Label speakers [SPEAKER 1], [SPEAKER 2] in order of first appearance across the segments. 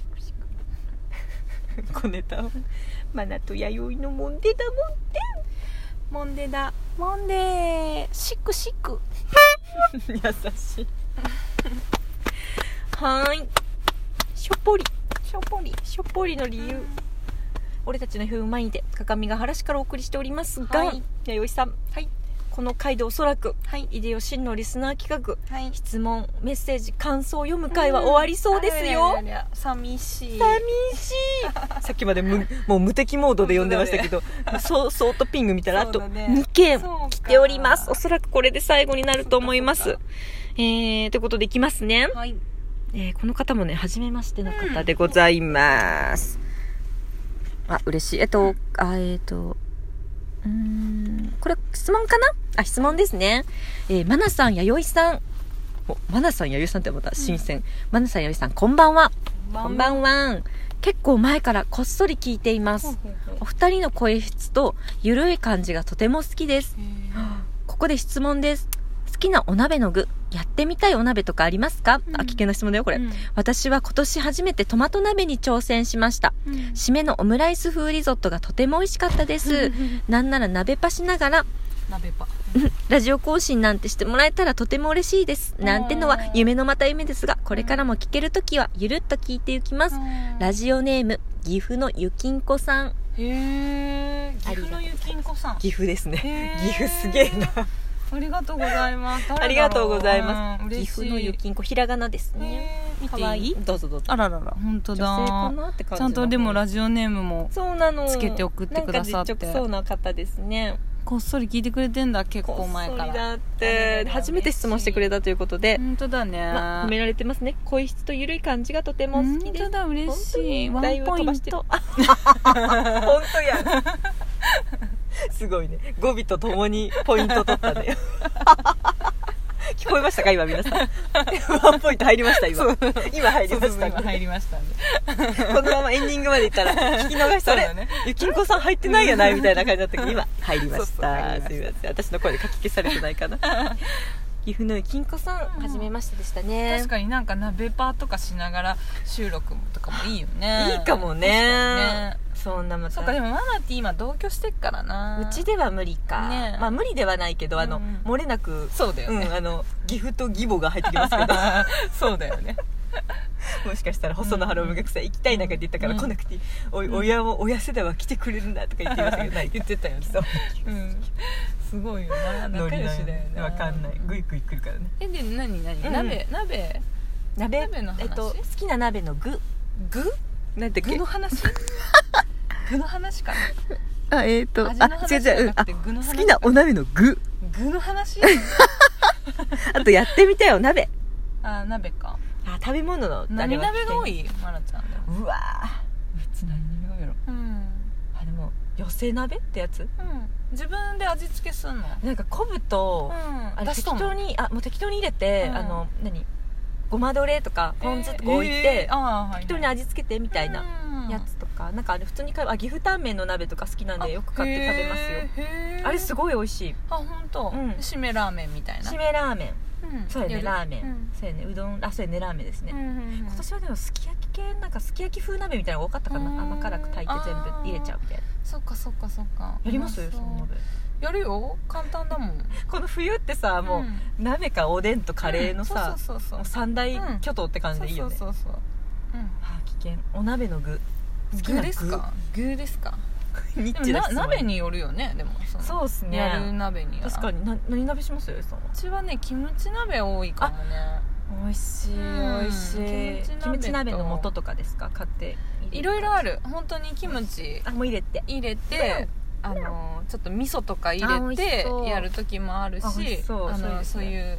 [SPEAKER 1] 小ネタをマナと弥生のモンデダモンデ
[SPEAKER 2] モンデだモンデーシックシック
[SPEAKER 1] 優しい
[SPEAKER 2] はーいしょっぽりしょっぽりしょっぽりの理由、俺たちの風前で各務原市からお送りしておりますが、
[SPEAKER 1] はい
[SPEAKER 2] 弥生さん、
[SPEAKER 1] はい
[SPEAKER 2] この回でおそらく、秀吉のリスナー企画
[SPEAKER 1] はい
[SPEAKER 2] 質問メッセージ感想を読む会は終わりそうですよ、
[SPEAKER 1] 寂し
[SPEAKER 2] 寂し
[SPEAKER 1] い
[SPEAKER 2] い さっきまで無もう無敵モードで呼んでましたけどそうそーっとピング見たらあ
[SPEAKER 1] そう
[SPEAKER 2] と
[SPEAKER 1] だね
[SPEAKER 2] 2件
[SPEAKER 1] そうか
[SPEAKER 2] 来ておりますおそらくこれで最後になると思いま
[SPEAKER 1] そう
[SPEAKER 2] す
[SPEAKER 1] か
[SPEAKER 2] えー、ということでいきますね、
[SPEAKER 1] はい
[SPEAKER 2] えーこの方もね初めましての方でございます、あ嬉しいえっとあえっとうーんこれ質問かなあ質問ですねえー、マナさん弥生さんおマナさん弥生さんってまた新鮮、マナさん弥生さんこんばんはこんばんは。結構前からこっそり聞いています。お二人の声質とゆるい感じがとても好きです。ここで質問です。好きなお鍋の具、やってみたいお鍋とかありますか、
[SPEAKER 1] うん
[SPEAKER 2] あ、危険な質問だよ、こ
[SPEAKER 1] こ
[SPEAKER 2] れ。私は今年初めてトマト鍋に挑戦しました。締めのオムライス風リゾットがとても美味しかったです。なんなら鍋パしながら、
[SPEAKER 1] 鍋パ
[SPEAKER 2] ラジオ更新なんてしてもらえたらとても嬉しいです。なんてのは夢のまた夢ですが、これからも聞けるときはゆるっと聞いていきます。ラジオネーム岐阜のゆきんこさん
[SPEAKER 1] へえ岐阜のゆきんこさん
[SPEAKER 2] 岐阜です
[SPEAKER 1] へ
[SPEAKER 2] ね
[SPEAKER 1] ー
[SPEAKER 2] 岐阜すげえな
[SPEAKER 1] ありがとうございます誰だろ
[SPEAKER 2] ありがとうございます
[SPEAKER 1] うん
[SPEAKER 2] 岐
[SPEAKER 1] 嬉しい
[SPEAKER 2] 阜のゆきんこひらがなですね
[SPEAKER 1] へー見て
[SPEAKER 2] 可愛い
[SPEAKER 1] い
[SPEAKER 2] どうぞどうぞ
[SPEAKER 1] あららら本当だ
[SPEAKER 2] 女性かなって感じ
[SPEAKER 1] ちゃんとでもラ
[SPEAKER 2] ジ
[SPEAKER 1] ジオネームも
[SPEAKER 2] そうなの
[SPEAKER 1] つけて送ってくださって
[SPEAKER 2] なんか実直そうな方ですね
[SPEAKER 1] こっそり聞いてくれてんだ結構前か
[SPEAKER 2] こっそり
[SPEAKER 1] ら
[SPEAKER 2] だって初めて質問してくれたということで、
[SPEAKER 1] 本当だね、
[SPEAKER 2] まあ、褒められてますね恋質とゆるい感じがとても好
[SPEAKER 1] 本
[SPEAKER 2] きです
[SPEAKER 1] 当だ嬉しいワ
[SPEAKER 2] 本当に
[SPEAKER 1] ンポイント
[SPEAKER 2] だいぶ飛ばしてる 本当やすごいね語尾とともにポイント取ったね 聞こえましたか今皆さんワンポイント入りました今今入りました
[SPEAKER 1] 今入りましたんで
[SPEAKER 2] このままエンディングまでいったら聞き逃し
[SPEAKER 1] そ
[SPEAKER 2] た
[SPEAKER 1] うだ
[SPEAKER 2] ね
[SPEAKER 1] ね
[SPEAKER 2] ゆきんこさん入ってないやないみたいな感じだったけど今入りま
[SPEAKER 1] そう
[SPEAKER 2] し
[SPEAKER 1] そう入
[SPEAKER 2] た
[SPEAKER 1] りました
[SPEAKER 2] すみません私の声で書き消されてないかな 岐阜のゆきんこさん初めましてでしたね
[SPEAKER 1] 確かになんか鍋パーとかしながら収録とかもいいよね
[SPEAKER 2] いいかもね
[SPEAKER 1] ね
[SPEAKER 2] そんなまた
[SPEAKER 1] そうかでもマナティ今同居してっからな
[SPEAKER 2] うちでは無理か、
[SPEAKER 1] ねえ
[SPEAKER 2] まあ無理ではないけどあの、
[SPEAKER 1] うんうん
[SPEAKER 2] 漏れなく
[SPEAKER 1] そうだよね、
[SPEAKER 2] ん、あの岐阜と義母が入ってき ますけ
[SPEAKER 1] そうだよね
[SPEAKER 2] どもしかしたら細野晴臣がさ、行きたいなんかって言ったから
[SPEAKER 1] うん
[SPEAKER 2] 来なくていい、おい
[SPEAKER 1] うん
[SPEAKER 2] 親も親世代は来てくれるんだとか言ってましたけど言ってたよねそう
[SPEAKER 1] うんすごいよな
[SPEAKER 2] ノ
[SPEAKER 1] 仲
[SPEAKER 2] リ
[SPEAKER 1] 良
[SPEAKER 2] な
[SPEAKER 1] し
[SPEAKER 2] ん
[SPEAKER 1] だよね
[SPEAKER 2] わかんないグイグイ来るからね
[SPEAKER 1] えで何何、
[SPEAKER 2] うん
[SPEAKER 1] 鍋鍋
[SPEAKER 2] 鍋
[SPEAKER 1] 鍋の話
[SPEAKER 2] えっと、好きな鍋の具
[SPEAKER 1] 具
[SPEAKER 2] なんて
[SPEAKER 1] 具の 話具の話か
[SPEAKER 2] あえっ、
[SPEAKER 1] な
[SPEAKER 2] と
[SPEAKER 1] 味の話じゃなくて具の話
[SPEAKER 2] 鍋の具
[SPEAKER 1] 具の話
[SPEAKER 2] あとやってみたよ鍋
[SPEAKER 1] あ鍋か
[SPEAKER 2] あ食べ物の
[SPEAKER 1] 何鍋が多
[SPEAKER 2] い
[SPEAKER 1] いマナちゃんの
[SPEAKER 2] うわーうち何鍋が多いやろ
[SPEAKER 1] うん、
[SPEAKER 2] あでも寄せ鍋ってやつ
[SPEAKER 1] うん、自分で味付けすんの
[SPEAKER 2] なんか昆布と、
[SPEAKER 1] ん
[SPEAKER 2] あれ適
[SPEAKER 1] と
[SPEAKER 2] 当にあもう適当に入れて、
[SPEAKER 1] うん
[SPEAKER 2] あの何ごまどれとかポン酢とか置いて、
[SPEAKER 1] あーはい
[SPEAKER 2] 適当に味付けてみたいなやつとか、なんかあれ普通に買うあ岐阜タンメンの鍋とか好きなんでよく買って食べますよあれす
[SPEAKER 1] ごい
[SPEAKER 2] ごい美味しい
[SPEAKER 1] あ本当。
[SPEAKER 2] うん
[SPEAKER 1] 締めラーメンみたいな
[SPEAKER 2] 締めラーメン
[SPEAKER 1] うん
[SPEAKER 2] そうやね
[SPEAKER 1] 夜
[SPEAKER 2] ラーメン、
[SPEAKER 1] うん
[SPEAKER 2] そうやねうどんあそうやねラーメンですね、
[SPEAKER 1] うんうんうん
[SPEAKER 2] 今年はでもすき焼き系なんかすき焼き風鍋みたいなのが多かったかな
[SPEAKER 1] うん
[SPEAKER 2] 甘辛く炊いて全部入れちゃうみたいな
[SPEAKER 1] そっかそっかそっか
[SPEAKER 2] やります
[SPEAKER 1] う
[SPEAKER 2] よ
[SPEAKER 1] ま
[SPEAKER 2] そ
[SPEAKER 1] そう
[SPEAKER 2] の鍋
[SPEAKER 1] やるよ簡単だもん
[SPEAKER 2] この冬ってさもう、
[SPEAKER 1] ん
[SPEAKER 2] 鍋かおでんとカレーのさ、
[SPEAKER 1] うんそうそうそ
[SPEAKER 2] も
[SPEAKER 1] う
[SPEAKER 2] う三大巨頭って感じ
[SPEAKER 1] そう
[SPEAKER 2] でいいよね、
[SPEAKER 1] そうそうそう
[SPEAKER 2] あー危険お鍋の具
[SPEAKER 1] うん
[SPEAKER 2] 好きな
[SPEAKER 1] 具ですか具ですか
[SPEAKER 2] 具ニッチ
[SPEAKER 1] でも
[SPEAKER 2] な
[SPEAKER 1] な
[SPEAKER 2] 質問
[SPEAKER 1] 鍋によるよねでもその
[SPEAKER 2] そうっすね
[SPEAKER 1] やる鍋には
[SPEAKER 2] 確かにな何鍋しますよさんは
[SPEAKER 1] うちはねキムチ鍋多いかもね
[SPEAKER 2] 美味しい
[SPEAKER 1] うん
[SPEAKER 2] 美味しい
[SPEAKER 1] キムチ鍋と
[SPEAKER 2] キムチ鍋の素とかですか買って
[SPEAKER 1] いろいろあ
[SPEAKER 2] る
[SPEAKER 1] る本当にキムチ
[SPEAKER 2] あもう入れて
[SPEAKER 1] 入れて、あのちょっと味噌とか入れ
[SPEAKER 2] あ美味してそう
[SPEAKER 1] やる時もあるし
[SPEAKER 2] あ美味しそう
[SPEAKER 1] あの
[SPEAKER 2] そ
[SPEAKER 1] そうう
[SPEAKER 2] ですね
[SPEAKER 1] いう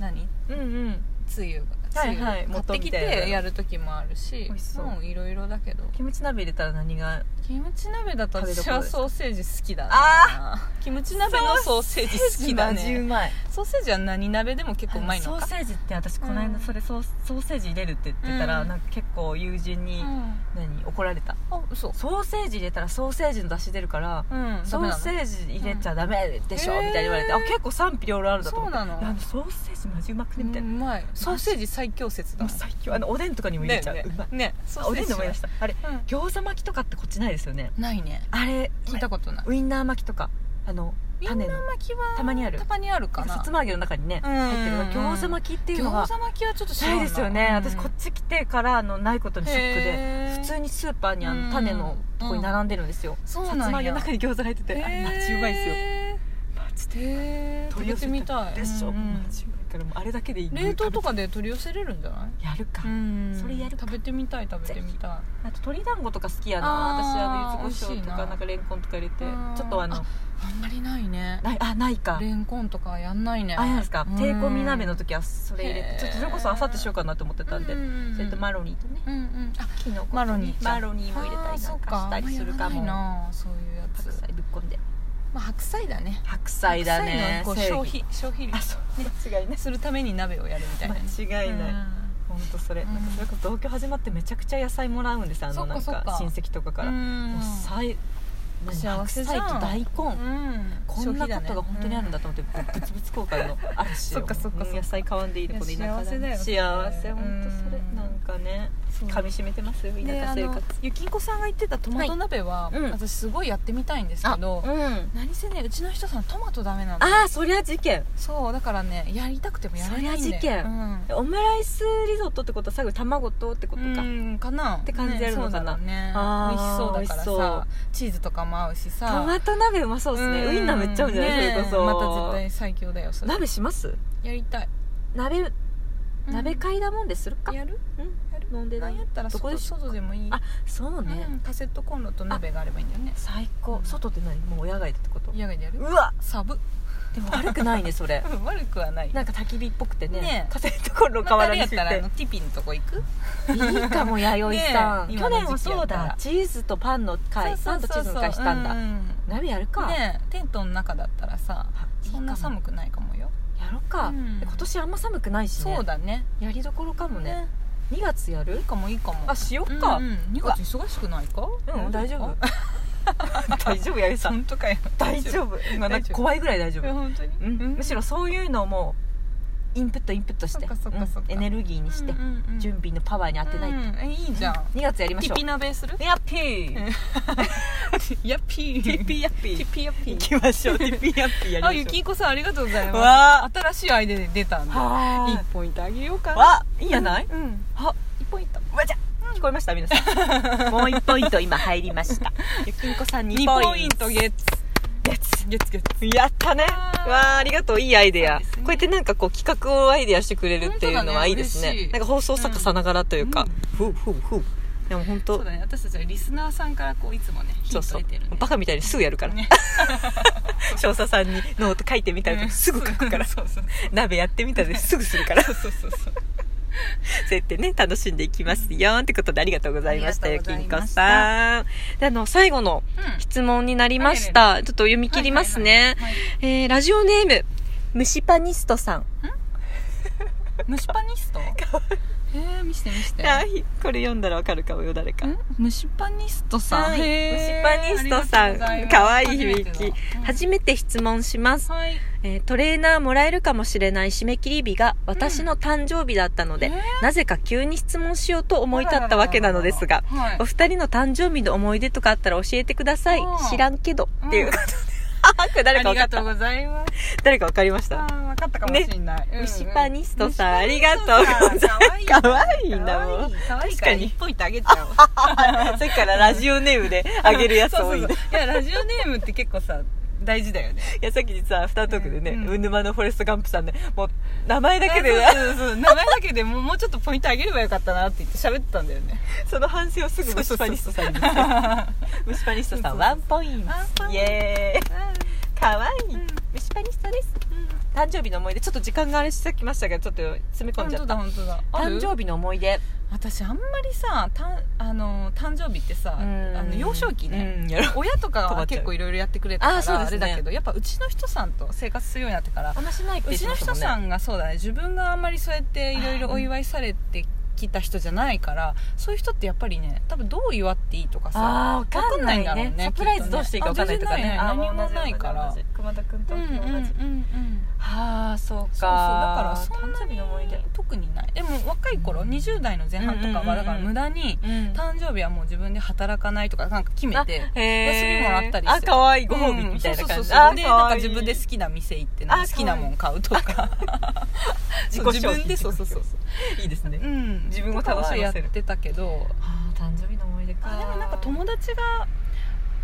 [SPEAKER 1] 何
[SPEAKER 2] うんうん
[SPEAKER 1] つゆが
[SPEAKER 2] はい
[SPEAKER 1] つゆ
[SPEAKER 2] はい
[SPEAKER 1] 買ってき
[SPEAKER 2] 元みたいな
[SPEAKER 1] てやる時もあるし
[SPEAKER 2] 美味しそう
[SPEAKER 1] もういろいろだけど
[SPEAKER 2] キムチ鍋入れたら何が
[SPEAKER 1] キムチ鍋だと
[SPEAKER 2] 食べど
[SPEAKER 1] 私
[SPEAKER 2] ころ
[SPEAKER 1] は
[SPEAKER 2] です
[SPEAKER 1] ソーセージ好きだ
[SPEAKER 2] あ
[SPEAKER 1] なキムチ鍋のソーセージ好きだ
[SPEAKER 2] マジう
[SPEAKER 1] ね
[SPEAKER 2] まい
[SPEAKER 1] ソーセージは何鍋でも結構うまいの
[SPEAKER 2] ソ
[SPEAKER 1] か
[SPEAKER 2] ーセージって私この
[SPEAKER 1] う
[SPEAKER 2] 間
[SPEAKER 1] ん
[SPEAKER 2] それソーソーセージ入れるって言ってたら、
[SPEAKER 1] うん
[SPEAKER 2] なんか結構友人に、
[SPEAKER 1] うん
[SPEAKER 2] 何怒られた
[SPEAKER 1] あ嘘
[SPEAKER 2] ソーセージ入れたらソーセージの出汁出るから
[SPEAKER 1] うん
[SPEAKER 2] ソーセ
[SPEAKER 1] ジ
[SPEAKER 2] ージ入れちゃダメでしょ、
[SPEAKER 1] うん
[SPEAKER 2] みたいに言われて、
[SPEAKER 1] へー
[SPEAKER 2] あ結構賛否両論あるんだと思って
[SPEAKER 1] そうなの
[SPEAKER 2] いやあのソーセージマジうまくねみたいな、
[SPEAKER 1] うまいソーセージ最強説
[SPEAKER 2] も
[SPEAKER 1] だ
[SPEAKER 2] う最強あのおでんとかにも入れちゃう、
[SPEAKER 1] ね
[SPEAKER 2] うまい
[SPEAKER 1] ねねソ
[SPEAKER 2] あおでんで思い出したあれ
[SPEAKER 1] た、
[SPEAKER 2] 餃子巻きとかってこっちないですよね
[SPEAKER 1] うん、ないね
[SPEAKER 2] あれ
[SPEAKER 1] 聞いたことない
[SPEAKER 2] ウインナー巻きとかあの種
[SPEAKER 1] ウイン
[SPEAKER 2] の
[SPEAKER 1] ナー巻きは
[SPEAKER 2] たまにある
[SPEAKER 1] たまにある
[SPEAKER 2] な
[SPEAKER 1] か
[SPEAKER 2] んか
[SPEAKER 1] な
[SPEAKER 2] さつま揚げの中にね
[SPEAKER 1] うん
[SPEAKER 2] 入ってる餃子巻きっていうのが
[SPEAKER 1] 餃子巻きはちょっと知ら
[SPEAKER 2] ないですよね、
[SPEAKER 1] うん
[SPEAKER 2] 私こっち来てからあのないことにショックで
[SPEAKER 1] へー
[SPEAKER 2] 普通にスーパーにあ
[SPEAKER 1] うん
[SPEAKER 2] の種のとこに並んでるんですよ、
[SPEAKER 1] そうな
[SPEAKER 2] さ
[SPEAKER 1] んや
[SPEAKER 2] つま揚げの中に餃子入ってて、あれマジうまいですよ
[SPEAKER 1] よ
[SPEAKER 2] マジで
[SPEAKER 1] へえ食べてみたい
[SPEAKER 2] でしょ、
[SPEAKER 1] うんうん
[SPEAKER 2] マジうまいからもうあれだけでいい
[SPEAKER 1] 冷凍とかで取り寄せれるんじゃない
[SPEAKER 2] やるか、
[SPEAKER 1] ん
[SPEAKER 2] それやるか
[SPEAKER 1] 食べてみたい食べてみたい
[SPEAKER 2] あと鶏団子とか好きやな私あ
[SPEAKER 1] あー
[SPEAKER 2] の柚子胡椒と
[SPEAKER 1] 美味しいな
[SPEAKER 2] かなんかレンコンとか入れて
[SPEAKER 1] うん
[SPEAKER 2] ちょっとあの
[SPEAKER 1] ああんまりないね
[SPEAKER 2] ないあないか
[SPEAKER 1] レンコンとかやんないね
[SPEAKER 2] あれなんですか
[SPEAKER 1] うん
[SPEAKER 2] 低コミ鍋の時はそれ入れ
[SPEAKER 1] へ
[SPEAKER 2] て
[SPEAKER 1] ー
[SPEAKER 2] ちょっとそれこそあさってしようかなと思ってたんで、
[SPEAKER 1] うんうんうん
[SPEAKER 2] それとマロニーとね
[SPEAKER 1] うんうんあ
[SPEAKER 2] キノコとね
[SPEAKER 1] マロニーちゃん
[SPEAKER 2] マロニーも入れたりなんか
[SPEAKER 1] あー
[SPEAKER 2] したりするか
[SPEAKER 1] そ
[SPEAKER 2] も
[SPEAKER 1] うあんまやらないなそういうやつ
[SPEAKER 2] 白菜ぶっこんで
[SPEAKER 1] まあ白菜だね
[SPEAKER 2] 白菜だね
[SPEAKER 1] 白菜のこう消費消費
[SPEAKER 2] あそう間違いない
[SPEAKER 1] するために鍋をやるみたいな
[SPEAKER 2] 間違いない、ほんとそれ、
[SPEAKER 1] うん
[SPEAKER 2] なんかそれこそ同居始まってめちゃくちゃ野菜もらうんですあの
[SPEAKER 1] そっ
[SPEAKER 2] な
[SPEAKER 1] か
[SPEAKER 2] ん
[SPEAKER 1] そっか
[SPEAKER 2] か親戚とかから、
[SPEAKER 1] うん
[SPEAKER 2] もうさい何
[SPEAKER 1] 幸
[SPEAKER 2] 白
[SPEAKER 1] せ
[SPEAKER 2] 菜
[SPEAKER 1] じゃん
[SPEAKER 2] と大根、
[SPEAKER 1] うん
[SPEAKER 2] こんなことが本当にあるんだ
[SPEAKER 1] と
[SPEAKER 2] と思って、ぶつぶつ交換の嵐よ
[SPEAKER 1] そっかそっかそ
[SPEAKER 2] う
[SPEAKER 1] っか
[SPEAKER 2] ん野菜買わんでいいね
[SPEAKER 1] いや
[SPEAKER 2] この田舎
[SPEAKER 1] 幸せだよ
[SPEAKER 2] 幸せ
[SPEAKER 1] うん
[SPEAKER 2] 本当それなんかね
[SPEAKER 1] そう
[SPEAKER 2] 噛み締めてますよ田
[SPEAKER 1] で
[SPEAKER 2] 舎
[SPEAKER 1] あ
[SPEAKER 2] 生
[SPEAKER 1] の
[SPEAKER 2] 活
[SPEAKER 1] ゆきんこさんが言ってたトマト鍋
[SPEAKER 2] は
[SPEAKER 1] は、
[SPEAKER 2] いうん
[SPEAKER 1] 私すごいやってみたいんですけど、
[SPEAKER 2] うん
[SPEAKER 1] 何せねうちの人さんトマトダメなの
[SPEAKER 2] ああそりゃ事件
[SPEAKER 1] そうだからねやりたくてもやれないんだよ
[SPEAKER 2] そりゃ事件
[SPEAKER 1] うん
[SPEAKER 2] オムライスリゾットってことは最後に卵とってことか、
[SPEAKER 1] うんかなって
[SPEAKER 2] 感じやるのかな
[SPEAKER 1] ね
[SPEAKER 2] あー
[SPEAKER 1] そうだろうね美味しそうだから
[SPEAKER 2] 美
[SPEAKER 1] さ
[SPEAKER 2] 味
[SPEAKER 1] チーズとかも合うし
[SPEAKER 2] ト
[SPEAKER 1] さ
[SPEAKER 2] マト鍋うまそうですね
[SPEAKER 1] ん
[SPEAKER 2] ウインナーめっちゃ合うんじゃない、
[SPEAKER 1] ね
[SPEAKER 2] それこそ
[SPEAKER 1] また絶対最強だよそれ
[SPEAKER 2] 鍋します
[SPEAKER 1] やりたい
[SPEAKER 2] 鍋
[SPEAKER 1] うん
[SPEAKER 2] 鍋買いだもんでするか、
[SPEAKER 1] やる
[SPEAKER 2] うん
[SPEAKER 1] やる
[SPEAKER 2] 飲んで
[SPEAKER 1] な
[SPEAKER 2] ない
[SPEAKER 1] んやったら
[SPEAKER 2] どこ
[SPEAKER 1] 外
[SPEAKER 2] でしょ
[SPEAKER 1] 外でもいい
[SPEAKER 2] あそうね、
[SPEAKER 1] うんカセットコンロと鍋があればいいんだよね
[SPEAKER 2] 最高、
[SPEAKER 1] うん
[SPEAKER 2] 外って何もう野外でってこと
[SPEAKER 1] 嫌がやる
[SPEAKER 2] うわ
[SPEAKER 1] サブ
[SPEAKER 2] でも 悪くないねそ れ
[SPEAKER 1] 悪くはない
[SPEAKER 2] なんか焚き火っぽくてね
[SPEAKER 1] ねえ
[SPEAKER 2] カセットコンロ
[SPEAKER 1] ま
[SPEAKER 2] 変
[SPEAKER 1] た
[SPEAKER 2] わ
[SPEAKER 1] あ
[SPEAKER 2] ら
[SPEAKER 1] れ
[SPEAKER 2] に
[SPEAKER 1] やっ
[SPEAKER 2] して
[SPEAKER 1] たらあの
[SPEAKER 2] て
[SPEAKER 1] ティピンのとこ行く
[SPEAKER 2] いいかも弥生さん、
[SPEAKER 1] ねえ
[SPEAKER 2] 去年はそう
[SPEAKER 1] 今の
[SPEAKER 2] だ
[SPEAKER 1] 時
[SPEAKER 2] チーズとパンの会パ
[SPEAKER 1] そうそうそう
[SPEAKER 2] ンとチーズ
[SPEAKER 1] そ
[SPEAKER 2] の
[SPEAKER 1] う
[SPEAKER 2] 会したんだ、
[SPEAKER 1] うん
[SPEAKER 2] 鍋やるか、
[SPEAKER 1] ねテントの中だったらさ
[SPEAKER 2] あいい
[SPEAKER 1] そんな
[SPEAKER 2] かも
[SPEAKER 1] 寒くないかもよ
[SPEAKER 2] やろうか、
[SPEAKER 1] うん
[SPEAKER 2] 今年あんま寒くないしね
[SPEAKER 1] そうだね
[SPEAKER 2] やりどころかもね2月やる
[SPEAKER 1] いいかもいいかも
[SPEAKER 2] あしよっか
[SPEAKER 1] うんうん2月忙しくないか
[SPEAKER 2] うん大丈夫 大丈夫弥生さん
[SPEAKER 1] 本当かよ
[SPEAKER 2] 大 丈夫今なんか怖いぐらい大丈夫
[SPEAKER 1] え本当に
[SPEAKER 2] うんむしろそういうのもインプットインプットして
[SPEAKER 1] そっかそっかそっか
[SPEAKER 2] うんエネルギーにして、準備のパワーに当てないと、
[SPEAKER 1] いいいじゃん
[SPEAKER 2] 2月やりま
[SPEAKER 1] テ
[SPEAKER 2] し
[SPEAKER 1] ィ
[SPEAKER 2] ょう
[SPEAKER 1] ピ 鍋する
[SPEAKER 2] ヤッピー
[SPEAKER 1] やっぴー
[SPEAKER 2] ティッピーヤッピ
[SPEAKER 1] テ
[SPEAKER 2] ー
[SPEAKER 1] ィピやっぴ
[SPEAKER 2] 行
[SPEAKER 1] ー
[SPEAKER 2] きましょうティッピーヤッピーやりましょう
[SPEAKER 1] あゆきいこさんありがとうございま
[SPEAKER 2] わあ
[SPEAKER 1] す新しいアイデアで出たんだ
[SPEAKER 2] はい
[SPEAKER 1] 1ポイントあげようかな
[SPEAKER 2] わいいんやない、
[SPEAKER 1] うん
[SPEAKER 2] あ
[SPEAKER 1] 1ポイント
[SPEAKER 2] わじゃ聞こえました皆さ んもう1ポイント今入りましたゆきんこさん
[SPEAKER 1] 2
[SPEAKER 2] 2
[SPEAKER 1] ポ
[SPEAKER 2] ポ
[SPEAKER 1] イ
[SPEAKER 2] イ
[SPEAKER 1] ン
[SPEAKER 2] ン
[SPEAKER 1] ト
[SPEAKER 2] ト
[SPEAKER 1] ゲッツ
[SPEAKER 2] ゲッツ
[SPEAKER 1] ゲッツゲッツ
[SPEAKER 2] やったね
[SPEAKER 1] あー
[SPEAKER 2] わあありがとういいアイデア、
[SPEAKER 1] そうですね
[SPEAKER 2] こうやってなんかこう企画をアイデアしてくれるっていうの
[SPEAKER 1] 本当だ
[SPEAKER 2] は
[SPEAKER 1] ね
[SPEAKER 2] いいです
[SPEAKER 1] 嬉
[SPEAKER 2] ね
[SPEAKER 1] しい
[SPEAKER 2] なんか放送作家さながらというか、
[SPEAKER 1] う
[SPEAKER 2] ふ
[SPEAKER 1] ん
[SPEAKER 2] うふうふうでも本当
[SPEAKER 1] そうだね私たちはリスナーさんからこういつもねヒン
[SPEAKER 2] そ
[SPEAKER 1] ト
[SPEAKER 2] うそう
[SPEAKER 1] 出てるね
[SPEAKER 2] バカみたいにすぐやるから、
[SPEAKER 1] ね
[SPEAKER 2] 少佐さんにノート書いてみたら
[SPEAKER 1] うん
[SPEAKER 2] すぐ書くから
[SPEAKER 1] そうそう
[SPEAKER 2] 鍋やってみたですぐするからそう
[SPEAKER 1] そうそうそう
[SPEAKER 2] やってね楽しんでいきますよってことでありがとうございました
[SPEAKER 1] あり
[SPEAKER 2] よ
[SPEAKER 1] がとう
[SPEAKER 2] 金
[SPEAKER 1] ござい
[SPEAKER 2] 子
[SPEAKER 1] ました
[SPEAKER 2] さんであの最後の
[SPEAKER 1] うん
[SPEAKER 2] 質問になりました、ちょっと読み切りますね、
[SPEAKER 1] はいはいはい
[SPEAKER 2] えーラジオネーム虫パニストさん
[SPEAKER 1] 虫パニストへえ見して見して
[SPEAKER 2] あひこれ読んだらわかるかもよ誰か
[SPEAKER 1] ん虫パニストさん、
[SPEAKER 2] はい
[SPEAKER 1] へー
[SPEAKER 2] 虫パニストさ
[SPEAKER 1] ありがとうございま
[SPEAKER 2] ん
[SPEAKER 1] す
[SPEAKER 2] かわいい響
[SPEAKER 1] 初
[SPEAKER 2] き
[SPEAKER 1] めてだうん
[SPEAKER 2] 初めて質問します、
[SPEAKER 1] はい
[SPEAKER 2] えートレーナーもらえるかもしれない締め切り日が私の誕生日だったので、
[SPEAKER 1] うんえ
[SPEAKER 2] なぜか急に質問しようと思い立ったわけなのですが
[SPEAKER 1] はい
[SPEAKER 2] お二人の誕生日の思い出とかあったら教えてください
[SPEAKER 1] うん
[SPEAKER 2] 知らんけど、
[SPEAKER 1] うん
[SPEAKER 2] っていうことであこれ 誰かわ
[SPEAKER 1] あり
[SPEAKER 2] か
[SPEAKER 1] が
[SPEAKER 2] っ
[SPEAKER 1] とう
[SPEAKER 2] た
[SPEAKER 1] ございます
[SPEAKER 2] 誰かわかりまし
[SPEAKER 1] あ
[SPEAKER 2] た
[SPEAKER 1] ーわかったかもしれない、うんうん
[SPEAKER 2] 虫パニストさんありがとうございます
[SPEAKER 1] かわいい
[SPEAKER 2] かわいいな
[SPEAKER 1] かわい
[SPEAKER 2] 確
[SPEAKER 1] いか
[SPEAKER 2] からに
[SPEAKER 1] 一ポイントあげちゃおう
[SPEAKER 2] それからラジオネームで あげるやつ多いね
[SPEAKER 1] そうそうそういやラジオネームって結構さ大事だよね
[SPEAKER 2] いやさっき実はアフタートークでね、
[SPEAKER 1] う
[SPEAKER 2] うんん、沼のフォレストガンプさんで、もう名前だけで
[SPEAKER 1] あそうそうそう名前だけでもうもうちょっとポイントあげればよかったなって言って喋ってたんだよ ね
[SPEAKER 2] その反省をすぐ虫パニストさんに虫パニストさんワンポイン
[SPEAKER 1] ワンポ
[SPEAKER 2] ト
[SPEAKER 1] イント
[SPEAKER 2] イエーイかわいい、
[SPEAKER 1] うん
[SPEAKER 2] 虫パニストです、誕生日の思い出ちょっと時間があれしてきましたけどちょっと詰め込ん
[SPEAKER 1] 本
[SPEAKER 2] じゃ
[SPEAKER 1] 当
[SPEAKER 2] っ
[SPEAKER 1] だ
[SPEAKER 2] た
[SPEAKER 1] 本当だある
[SPEAKER 2] 誕生日の思い出
[SPEAKER 1] 私あんまりさたんあの誕生日ってさあ
[SPEAKER 2] うん
[SPEAKER 1] の幼少期ね、
[SPEAKER 2] うんやろう
[SPEAKER 1] 親とか
[SPEAKER 2] 止ま
[SPEAKER 1] は
[SPEAKER 2] っちゃう
[SPEAKER 1] 結構いろいろやってくれたから
[SPEAKER 2] あ
[SPEAKER 1] あ,、
[SPEAKER 2] そうですね
[SPEAKER 1] れだけどやっぱうちの人さんと生活するようになってから
[SPEAKER 2] 話ないって
[SPEAKER 1] うちの人さんがそうだね自分があんまりそうやっていろいろお祝いされてきた人じゃないからそういう人ってやっぱりね多分どう祝っていいとかさ
[SPEAKER 2] あーわかんないね
[SPEAKER 1] わんだろ
[SPEAKER 2] サ
[SPEAKER 1] う
[SPEAKER 2] プライズどうしていいかわかんないとかね
[SPEAKER 1] きっ
[SPEAKER 2] あ
[SPEAKER 1] と
[SPEAKER 2] ー
[SPEAKER 1] 何もないから
[SPEAKER 2] 同じ同じ同じ熊田君と
[SPEAKER 1] うんうんうん
[SPEAKER 2] 同じ
[SPEAKER 1] うん
[SPEAKER 2] はあそうか
[SPEAKER 1] そうそうだからそんな
[SPEAKER 2] 誕生日
[SPEAKER 1] に
[SPEAKER 2] の思い出
[SPEAKER 1] 特にないでも若い頃20代の前半とか
[SPEAKER 2] うんうんうんう
[SPEAKER 1] は
[SPEAKER 2] ん
[SPEAKER 1] だから無駄に
[SPEAKER 2] うん
[SPEAKER 1] 誕生日はもう自分で働かないとかなんか決めて休みもらったりして
[SPEAKER 2] あ可愛いご褒美みたいな
[SPEAKER 1] うんそ
[SPEAKER 2] 感じ
[SPEAKER 1] うそうそうで
[SPEAKER 2] あ可愛い
[SPEAKER 1] なんか自分で好きな店行ってなんか好きなもん買うとか
[SPEAKER 2] 自
[SPEAKER 1] そ
[SPEAKER 2] 己
[SPEAKER 1] う
[SPEAKER 2] 消費
[SPEAKER 1] 自分でそうそうそう
[SPEAKER 2] いいですね
[SPEAKER 1] うん
[SPEAKER 2] 自分を楽しませる
[SPEAKER 1] とかはやってたけど
[SPEAKER 2] あー誕生日の思い出か
[SPEAKER 1] あでもなんか友達が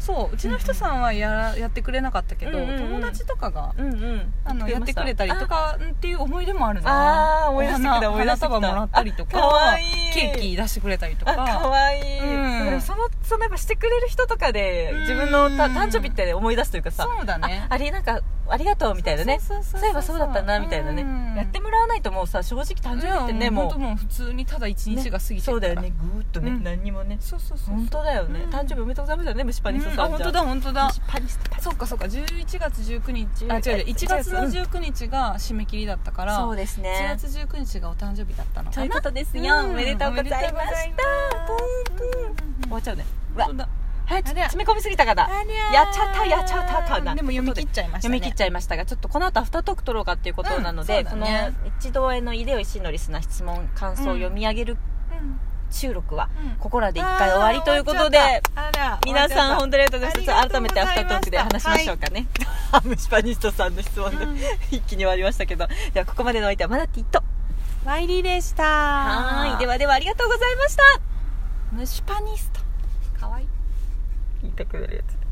[SPEAKER 1] そううちの人さんはやらやってくれなかったけど、
[SPEAKER 2] うんうんうん
[SPEAKER 1] 友達とかが
[SPEAKER 2] うんうん
[SPEAKER 1] あのやってくれたりとかっていう思い出もある
[SPEAKER 2] あー思い出してきた
[SPEAKER 1] お花
[SPEAKER 2] 思い出してきた
[SPEAKER 1] 花束もらったりとか
[SPEAKER 2] あかわいい
[SPEAKER 1] ケーキ出してくれたりと
[SPEAKER 2] あか
[SPEAKER 1] か
[SPEAKER 2] わいい、
[SPEAKER 1] うん
[SPEAKER 2] でもそのそのやっぱしてくれる人とかで
[SPEAKER 1] うん
[SPEAKER 2] 自分のた誕生日って思い出すというかさ
[SPEAKER 1] そうだね
[SPEAKER 2] ああれなんかありがとうみたいなね
[SPEAKER 1] そうそうそうそう
[SPEAKER 2] そういえばそうだったなみたいなね、
[SPEAKER 1] うん
[SPEAKER 2] やってもらわないともうさ正直誕生日ってね、
[SPEAKER 1] うん
[SPEAKER 2] も
[SPEAKER 1] ほんと
[SPEAKER 2] う
[SPEAKER 1] もう普通にただ一日が過ぎて
[SPEAKER 2] そうだよね
[SPEAKER 1] ね
[SPEAKER 2] ぐーっとね、
[SPEAKER 1] うん
[SPEAKER 2] 何にもね
[SPEAKER 1] そうそうそう
[SPEAKER 2] 本当だよね、
[SPEAKER 1] うん
[SPEAKER 2] 誕生日おめでとうございますよね虫パ
[SPEAKER 1] う
[SPEAKER 2] ニ
[SPEAKER 1] ん
[SPEAKER 2] ストさ
[SPEAKER 1] あ
[SPEAKER 2] ん
[SPEAKER 1] 本
[SPEAKER 2] じゃ
[SPEAKER 1] 当だ本当だ
[SPEAKER 2] 虫パニスト
[SPEAKER 1] そうかそうか11月19日あ
[SPEAKER 2] あ
[SPEAKER 1] 違う違う1月の
[SPEAKER 2] うん
[SPEAKER 1] 19日が締め切りだったから
[SPEAKER 2] そうですね
[SPEAKER 1] 1月19日がお誕生日だったの
[SPEAKER 2] と
[SPEAKER 1] か
[SPEAKER 2] いう
[SPEAKER 1] な
[SPEAKER 2] ことですよ、
[SPEAKER 1] うん
[SPEAKER 2] おめでとうございました
[SPEAKER 1] おめで
[SPEAKER 2] プンプン終わっちゃうねうわ
[SPEAKER 1] 本当だ
[SPEAKER 2] はいち
[SPEAKER 1] ありゃ
[SPEAKER 2] 詰め込みすぎたかなやっちゃったやっちゃったかな
[SPEAKER 1] でも読み切っちゃいました
[SPEAKER 2] 読
[SPEAKER 1] ね
[SPEAKER 2] み切っちゃいましたがちょっとこの後アフタートーク取ろうかっていうことなので、
[SPEAKER 1] うんそ
[SPEAKER 2] こ
[SPEAKER 1] う
[SPEAKER 2] の
[SPEAKER 1] だね
[SPEAKER 2] 一度への秀吉のリスナー質問感想を読み上げる
[SPEAKER 1] うん
[SPEAKER 2] 収録は、
[SPEAKER 1] うん
[SPEAKER 2] ここらで一回終わりということで
[SPEAKER 1] あら
[SPEAKER 2] 皆さん本当にありがとうございま
[SPEAKER 1] あ
[SPEAKER 2] す
[SPEAKER 1] りがと
[SPEAKER 2] 改
[SPEAKER 1] う
[SPEAKER 2] め
[SPEAKER 1] ご
[SPEAKER 2] て
[SPEAKER 1] ざい
[SPEAKER 2] ア
[SPEAKER 1] ま
[SPEAKER 2] フタ
[SPEAKER 1] した
[SPEAKER 2] ートークで話しましょうか ね、虫パニストさんの質問で、
[SPEAKER 1] うん
[SPEAKER 2] 一気に終わりましたけどではここまでのお相手はマナティと
[SPEAKER 1] ワイリーでした
[SPEAKER 2] はいで
[SPEAKER 1] は
[SPEAKER 2] はではありがとうございました
[SPEAKER 1] 虫パニストかわいい
[SPEAKER 2] 言いたくなるやつ